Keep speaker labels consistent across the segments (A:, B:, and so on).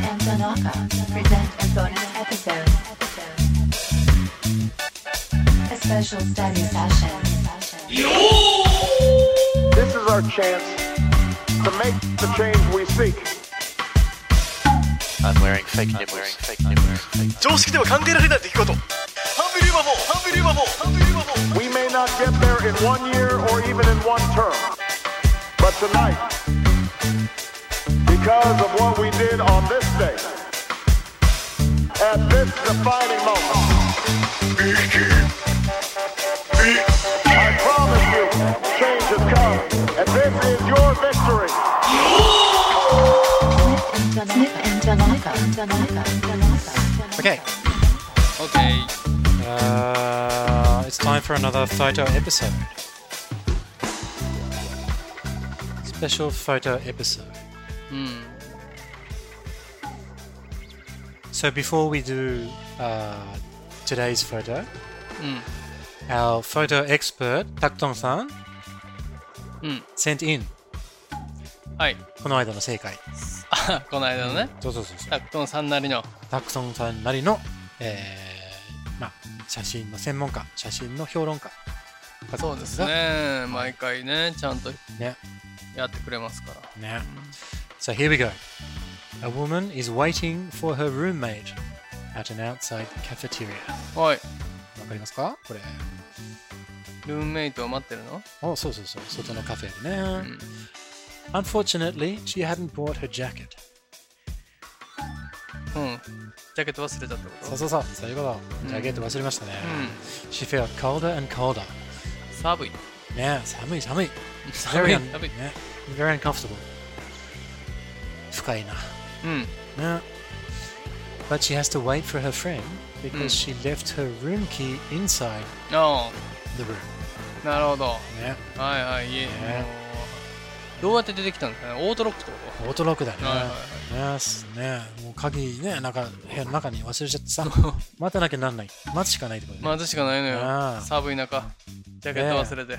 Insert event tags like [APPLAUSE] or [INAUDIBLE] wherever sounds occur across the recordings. A: Manga present a bonus episode. A special study session.
B: This is our chance to make the change we seek.
C: I'm wearing fake nipples. I'm wearing fake nipples.
D: 常識では考えられない出来事ハンビリバボーハンビリバボーハンビリバボー
B: We may not get there in one year or even in one term. But tonight, because of what we did on this day, at this defining moment, I promise you, change has come, and this is your victory.
A: Snip into Manga. Into Manga.
E: Okay.
F: Okay.
E: Uh, it's time for another photo episode. Special photo episode. So before we do uh, today's photo,
F: Mm.
E: our photo expert Takton san
F: うん。
E: sent in
F: はい。
E: この間の正解。
F: あこの間のね、
E: そうそうそうそう
F: タ。クトンさんなりの。
E: タクソンさんなりの、えーまあ、写真の専門家、写真の評論家。
F: そうです。ね。毎回ね、ちゃんと
E: ね。
F: やってくれますから。
E: ね。So here we go. A woman is waiting for her roommate at an outside cafeteria. わ
F: はい。
E: かりますかこれ。
F: ルームメイトを待ってるの
E: お、そうそうそう。外のカフェでね。
F: ん
E: Unfortunately, she hadn't bought her jacket.
F: うん。ジャケット忘れたってこと
E: そうそうそう。そういうこと。ジャケット忘れましたね。She felt
F: Hmm.
E: colder and colder.
F: 寒い。
E: ね、寒い寒い。
F: 寒い。
E: un-
F: [LAUGHS] 寒い。
E: ね、very uncomfortable. 深いな。
F: うん。
E: No. But she has to wait for her friend because she left her room key inside
F: あ
E: the room.
F: あ、なるほど。
E: ね。
F: はいはい、いえ。
E: ね
F: もうどうやって出てきたんですかねオートロックってこと
E: オートロックだね。
F: はいはい
E: ねすね。もう鍵ね、なんか部屋の中に忘れちゃってさ、待たなきゃなんない。待つしかないってことね。
F: 待つしかないの
E: ああ
F: よ。寒い中、ジャケット忘れて。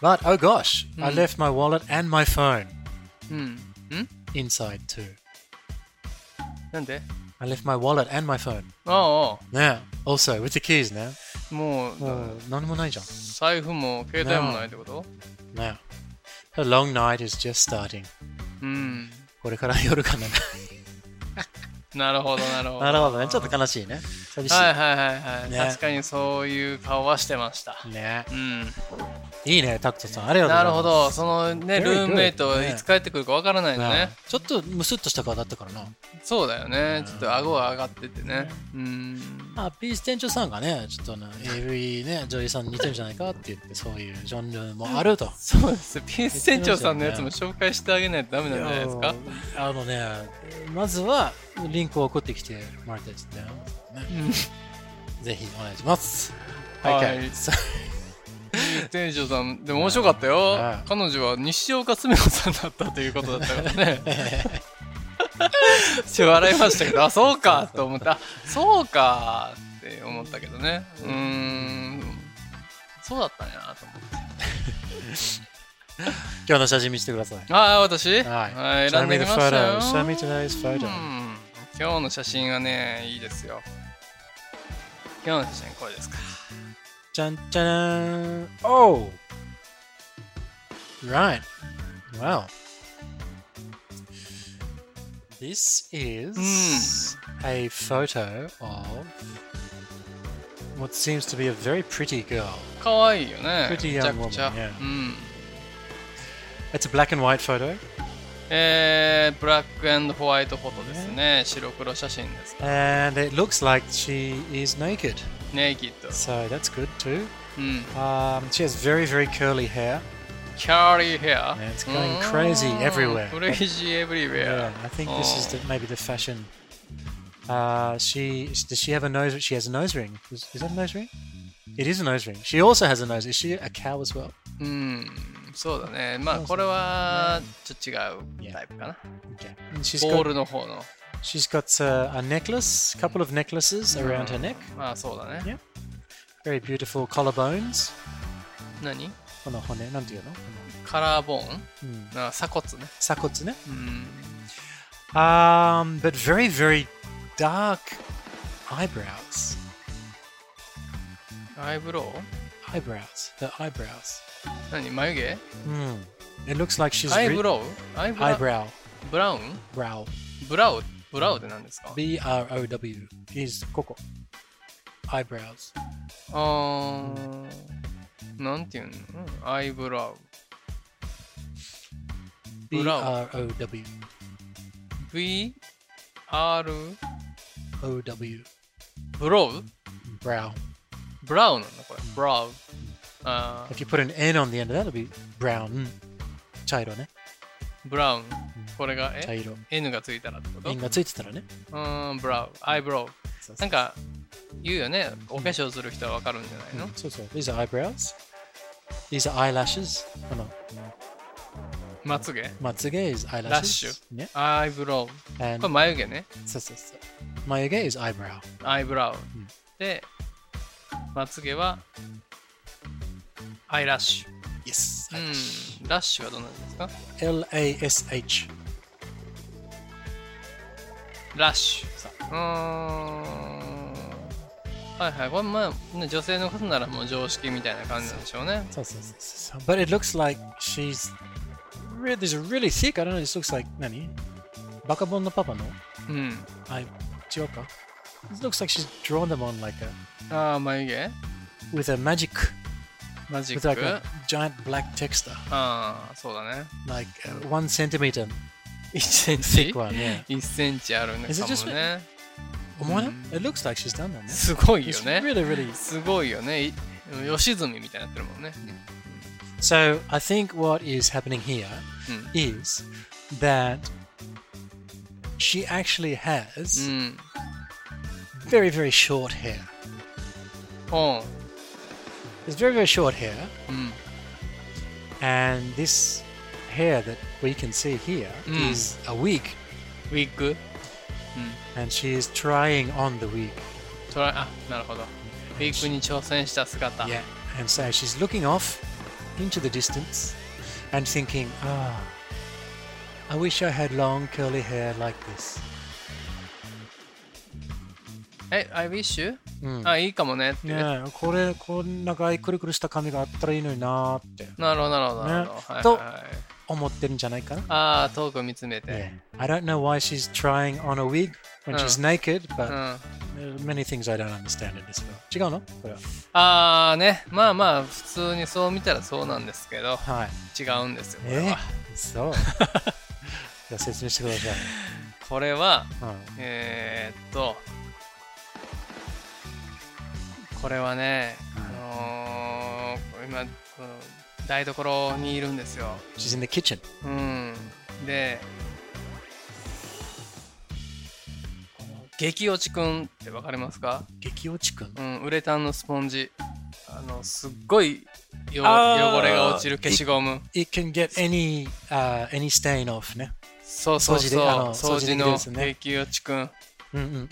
E: But oh gosh, I
F: うん
E: left my wallet and my phone
F: うん。ん
E: inside too.
F: なんで
E: I left my wallet and my phone.
F: あああ
E: ね。Also with the keys uh, ね。
F: あ、もう
E: もう何もないじゃん。
F: 財布も携帯もないってこと
E: ね。Her long night is just starting.
F: うん。
E: これから夜かな。
F: なるほど、なるほど。
E: なるほどね。ちょっと悲しいね。寂しい。
F: はいはいはいはい。
E: ね
F: 確かにそういう顔はしてました。
E: ね。
F: うん。
E: いいね、タクトさん。ありがとう
F: なるほ
E: ございま
F: ど。そのね、
E: Very
F: ルームメイト
E: good ね
F: いつ帰ってくるかわからない
E: す。
F: のね。
E: ちょっとムスッとした顔だったからな。
F: そうだよね。ちょっと顎が上がっててね。うん。
E: あ、ピース店長さんがね、ちょっとな AV ね、女優さんに似てるんじゃないかって言って、そういうジャンルもあると。
F: そうですよ。ピース船長さんのやつも紹介してあげないとダメなんじゃないですか。
E: あのね、まずはリンクを送ってきてもらいたいですね。ねぜひお願いします。
F: はい
E: [LAUGHS] Okay. So-
F: 店長さんでも面白かったよ
E: ね
F: 彼女は西岡澄子さんだったということだったから [LAUGHS] ねちょっと笑いましたけどあそうかと思ったあそうかって思ったけどねうーんそうだったんやなと思って
E: 今日の写真見せてください。
F: ああ
E: は
F: 私、
E: い。
F: はい、
E: Show
F: 選ん
E: me
F: で
E: the
F: きましたよ
E: photo. Show me today's
F: うん
E: photo.
F: 今日の写真はねいいですよ今日の写真これですか
E: じゃんじゃらーん。Oh! Right. Wow. This is a photo of what seems to be a very pretty girl.
F: 可愛いよね
E: Pretty
F: めちゃくちゃ、
E: young woman, yeah.
F: うん
E: It's a black and white photo,
F: えー、ブラックホワイトフォトですね。白黒写真です。
E: and it looks like she is naked.
F: ネイキッド。
E: So that's good too.
F: うん。
E: Um, she has very, very curly hair.
F: キャリーヘア。
E: Yeah, it's going crazy everywhere.
F: クレイジーエブリウェ
E: Yeah, Oh.
F: ア。
E: I think this is the, maybe the fashion. Uh, she does she have a nose? She has a nose ring. Is, is that a nose ring? It is a nose ring. She also has a nose. Is she a cow as well?
F: うん。そうだね。まあ、これは、ちょっと違う
E: Yeah.
F: タイプかな。
E: Okay. And she's
F: ボー
E: got
F: ルの方の。
E: she's got uh, a necklace, couple of necklaces around her neck.
F: まあ、そうだね。
E: Yeah. Very beautiful collarbones. Oh,
F: 何
E: この骨なんていうの？
F: カラーボーン
E: うん
F: な鎖骨ね。
E: 鎖骨ね。
F: うん。
E: Um, but very, very dark eyebrows.
F: アイブロ
E: Eyebrows. The eyebrows.
F: ウ何眉毛
E: Hmm. It looks like she's
F: アイ
E: re-
F: ブロウアイブラ
E: eyebrow.
F: ブラウン
E: Brow.
F: ブラウブラウって何ですか
E: B R O W. Is Coco. Eyebrows.
F: あーなんていうのうんアイブラウ
E: B
F: Brow.
E: R O W.
F: V R
E: O W.
F: ブロウ
E: Brow.
F: ブラウなんだこれブラウあ
E: If you put an N on the end of that, it'll be brown. Chairo, ne?
F: ーブラウンこれがえ
E: Chairo.
F: N がついたらってこと
E: N がついてたらね。
F: うーんブラウアイブロウ
E: そう
F: なんか言うよねお化粧する人はわかるんじゃないの、
E: そうそう。These are eyebrows. These are eyelashes. Oh no.
F: まつげ
E: まつげ is eyelashes.
F: ラッシュ
E: ね。
F: アイブロウ
E: And
F: これ眉毛ね
E: そうそうそう。眉毛 is eyebrow.
F: アイブラウ、
E: ん
F: でまつげはアイラッシ
E: Yes.
F: ュ、うん、ラッシュはどんなんですか
E: L-A-S-H.
F: ラッシュさうーんはいはいこれまあ、ね、女性の方ならもう常識みたいな感じなんでしょうね
E: そうそうそうそう。But it looks like she's... Re- These are really thick. I don't know. This looks like... 何バカボンのパパの
F: うん
E: あ、違うか This looks like she's drawn them on like a...
F: ああ眉毛
E: With a magic...
F: マジ
E: With
F: ッ
E: like
F: ク、
E: a giant black texture.
F: ああそうだね
E: Like uh, one centimeter
F: 1センチ [LAUGHS]
E: thick one. Yeah.
F: 1センチあるんで
E: Is
F: か
E: it just
F: もね
E: 思わない It looks like she's done that. ね
F: すごいよ
E: It's
F: ね
E: really, really...
F: すごいよねい吉住みたいになってるもんね
E: So I think what is happening here
F: Mm.
E: is that she actually
F: う
E: has
F: ん
E: very, very short hair.
F: おう
E: It's very, very short hair,
F: うん、
E: and this hair that we can see here is
F: Mm.
E: a wig,
F: ウィッグ
E: and she is trying on the wig.
F: トライあなるほどウィッグに挑戦した姿
E: Yeah, and so she's looking off into the distance and thinking, ah, I wish I had long curly hair like this.
F: え I wish you、
E: うん
F: あいいかもねって、
E: ねえ、これ、こんな長いくるくるした髪があったらいいのになーって
F: なるほどなるほど、なるほど
E: ね
F: はい
E: と
F: はい
E: 思ってるんじゃないかな。
F: ああ遠く見つめて、
E: I don't know why she's trying on a wig when
F: うん
E: she's naked,
F: う
E: but
F: ん
E: there
F: あ
E: are many things I don't understand in this film. 違うのこれは。
F: あねまあまあ普通にそう見たらそうなんですけど
E: はい。
F: 違うんですよこれ
E: え
F: は
E: [LAUGHS] そう。じゃあ説明してください。
F: これは
E: うん
F: えー、っとこれはね、あのー、今この台所にいるんですよ
E: She's in the kitchen.
F: うんでこの激落ちくんってわかりますか、
E: 激落ちくん
F: う。ん、ウレタンのスポンジあのすっごいよ
E: あー
F: 汚れが落ちる消しゴム
E: It can get any, uh, any stain off ね。
F: そうそうそう
E: 掃
F: 掃
E: 除で
F: 除
E: あの
F: の
E: 掃除できるやつね
F: 激落ちくん
E: うんうんうん。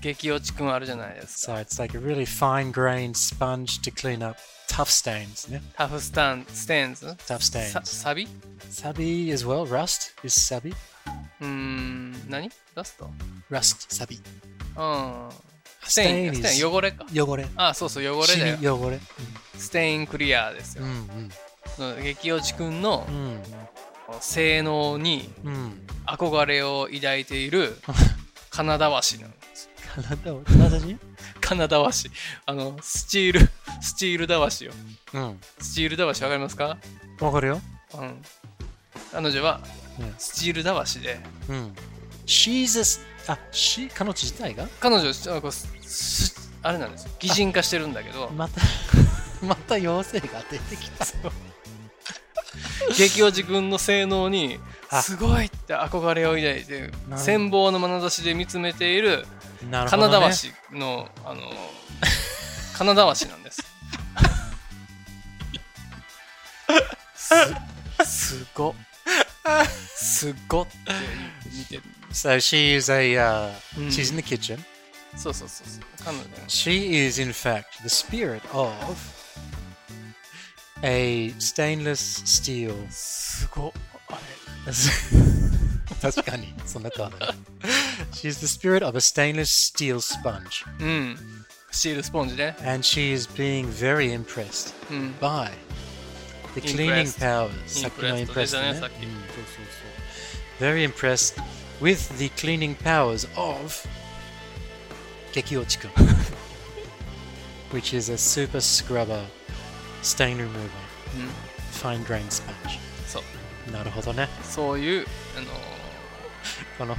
F: 激落ちくんあるじゃないですか
E: So it's like a really fine grained sponge to clean up tough stains ね。
F: タフスタンステーンズ
E: Tough stains.
F: さサビ
E: Sabi as well. Rust is sabi.
F: うーん何ラスト
E: Rust, sabi.
F: うんステイン
E: Stain
F: ステイン汚れか
E: is eh? 汚れ。
F: あそうそう汚れだよ
E: 染み汚れ。
F: ステインクリアです
E: う
F: よ、
E: ん
F: その激落ちくんの
E: うん。うん
F: 性能に
E: [LAUGHS] うん。
F: 憧れを抱いて
E: [LAUGHS]
F: いるカナダワシなんです
E: 体を体に
F: カナダワシあのスチールスチールダワシよ
E: うん。
F: スチールダワシわかりますか
E: わかるよ。
F: うん彼女は
E: うん
F: スチールダワシで
E: うん。She's a... s- あ、she? 彼女自体が
F: 彼女あこうすすあれなんですよ擬人化してるんだけど
E: [LAUGHS] また [LAUGHS] また妖精が出てきた。
F: 激おじ君の性能に
E: あ
F: すごいって憧れを抱いて
E: ど
F: 羨望の眼差しで見つめている
E: なる
F: カ
E: ほど、
F: ナ
E: ね。
F: ダワ。シの
E: [LAUGHS]
F: あのカナダワシなんですすす
E: [LAUGHS]
F: ごすごって見て
E: So she is a... Uh,
F: うん
E: she's in the kitchen.
F: そうそうそうそう彼女ね
E: She is in fact the spirit of... A stainless steel.
F: すごあれ
E: That's [LAUGHS] 確かにそんな顔だね She is the spirit of a stainless steel sponge
F: うんシールスポンジね
E: and she is being very impressed
F: うん
E: by the cleaning
F: Hmm. Impressed.
E: powers さっきの
F: Impressed でしたね、
E: impressed ね
F: さ
E: うん、そうそう
F: っき。
E: そう very impressed with the cleaning powers of 激落ちくん [LAUGHS] which is a super scrubber stain remover、fine grain sponge
F: そう
E: なるほどね
F: そういうあのー
E: この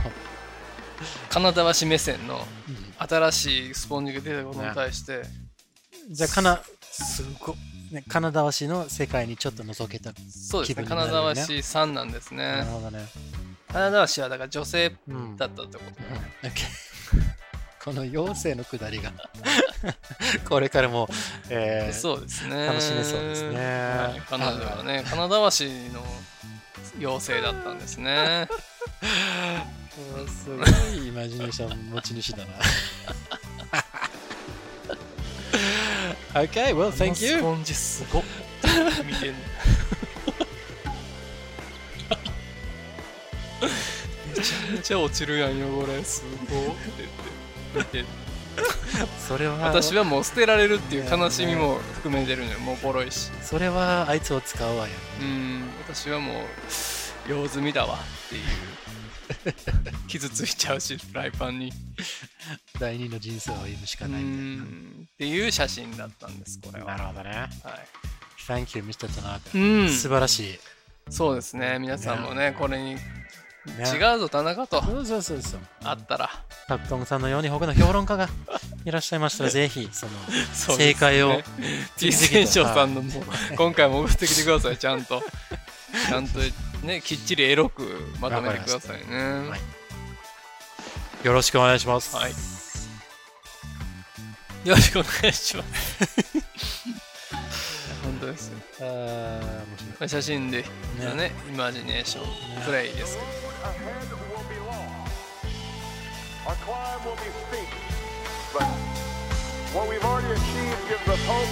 F: 金沢市目線の新しいスポンジが出たことに対して、
E: じゃあかなすごね金沢市の世界にちょっと覗けた
F: そう
E: 気
F: ですね
E: 分にな
F: 金
E: るよ
F: 沢
E: ね
F: 市さんなんです
E: な
F: ね
E: るほどね
F: 金沢市はだから女性
E: うん
F: だったってことね、
E: うん OK [LAUGHS] この妖精のくだりが [LAUGHS] これからも、えー
F: そうですね
E: 楽しめそうですね
F: はい、彼女はね金沢市の妖精だったんです [LAUGHS] ね
E: すごいイマジネーション持ち主だな [LAUGHS] OK well thank
F: [LAUGHS] ス
E: you
F: ポンジすごっ見てんのめちゃめちゃ落ちるやん汚れすごっって言って見て
E: それは
F: 私はもう捨てられるっていう悲しみも含めてるのよもうボロいし
E: それはあいつを使うわよ
F: うん私はもう用済みだわっていう傷ついちゃうしフライパンに
E: 第二の人生を歩むしか
F: う
E: ないみ
F: んっていう写真だったんですこ
E: た
F: れ
E: い
F: は、
E: ななるほどね
F: は
E: Thank you Mr. Tanaka、
F: い、うん
E: 素晴らしい
F: そうですね皆さんもねこれに
E: ね
F: 違うぞ田中と
E: そうそうそうそう
F: あったら
E: タプトンさんのように他の評論家がいらっしゃいましたらぜひ [LAUGHS] その
F: そうですね
E: 正解を
F: T 選手さんのもう今回も送ってきてくださいちゃんと [LAUGHS] ちゃんとねきっちりエロくまとめてくださいね
E: はいよろしくお願いします、
F: はいよろしくお願いします [LAUGHS] 本当ですよ
E: あー面白い
F: 写真でね
E: ね
F: イマジネーションプレイですけ
B: ahead will be long. Our climb will be steep, but what we've already achieved gives us hope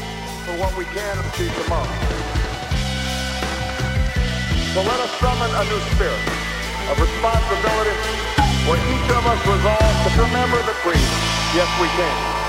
B: for what we can achieve tomorrow. So let us summon a new spirit of responsibility where each of us resolves to remember the creed, yes we can.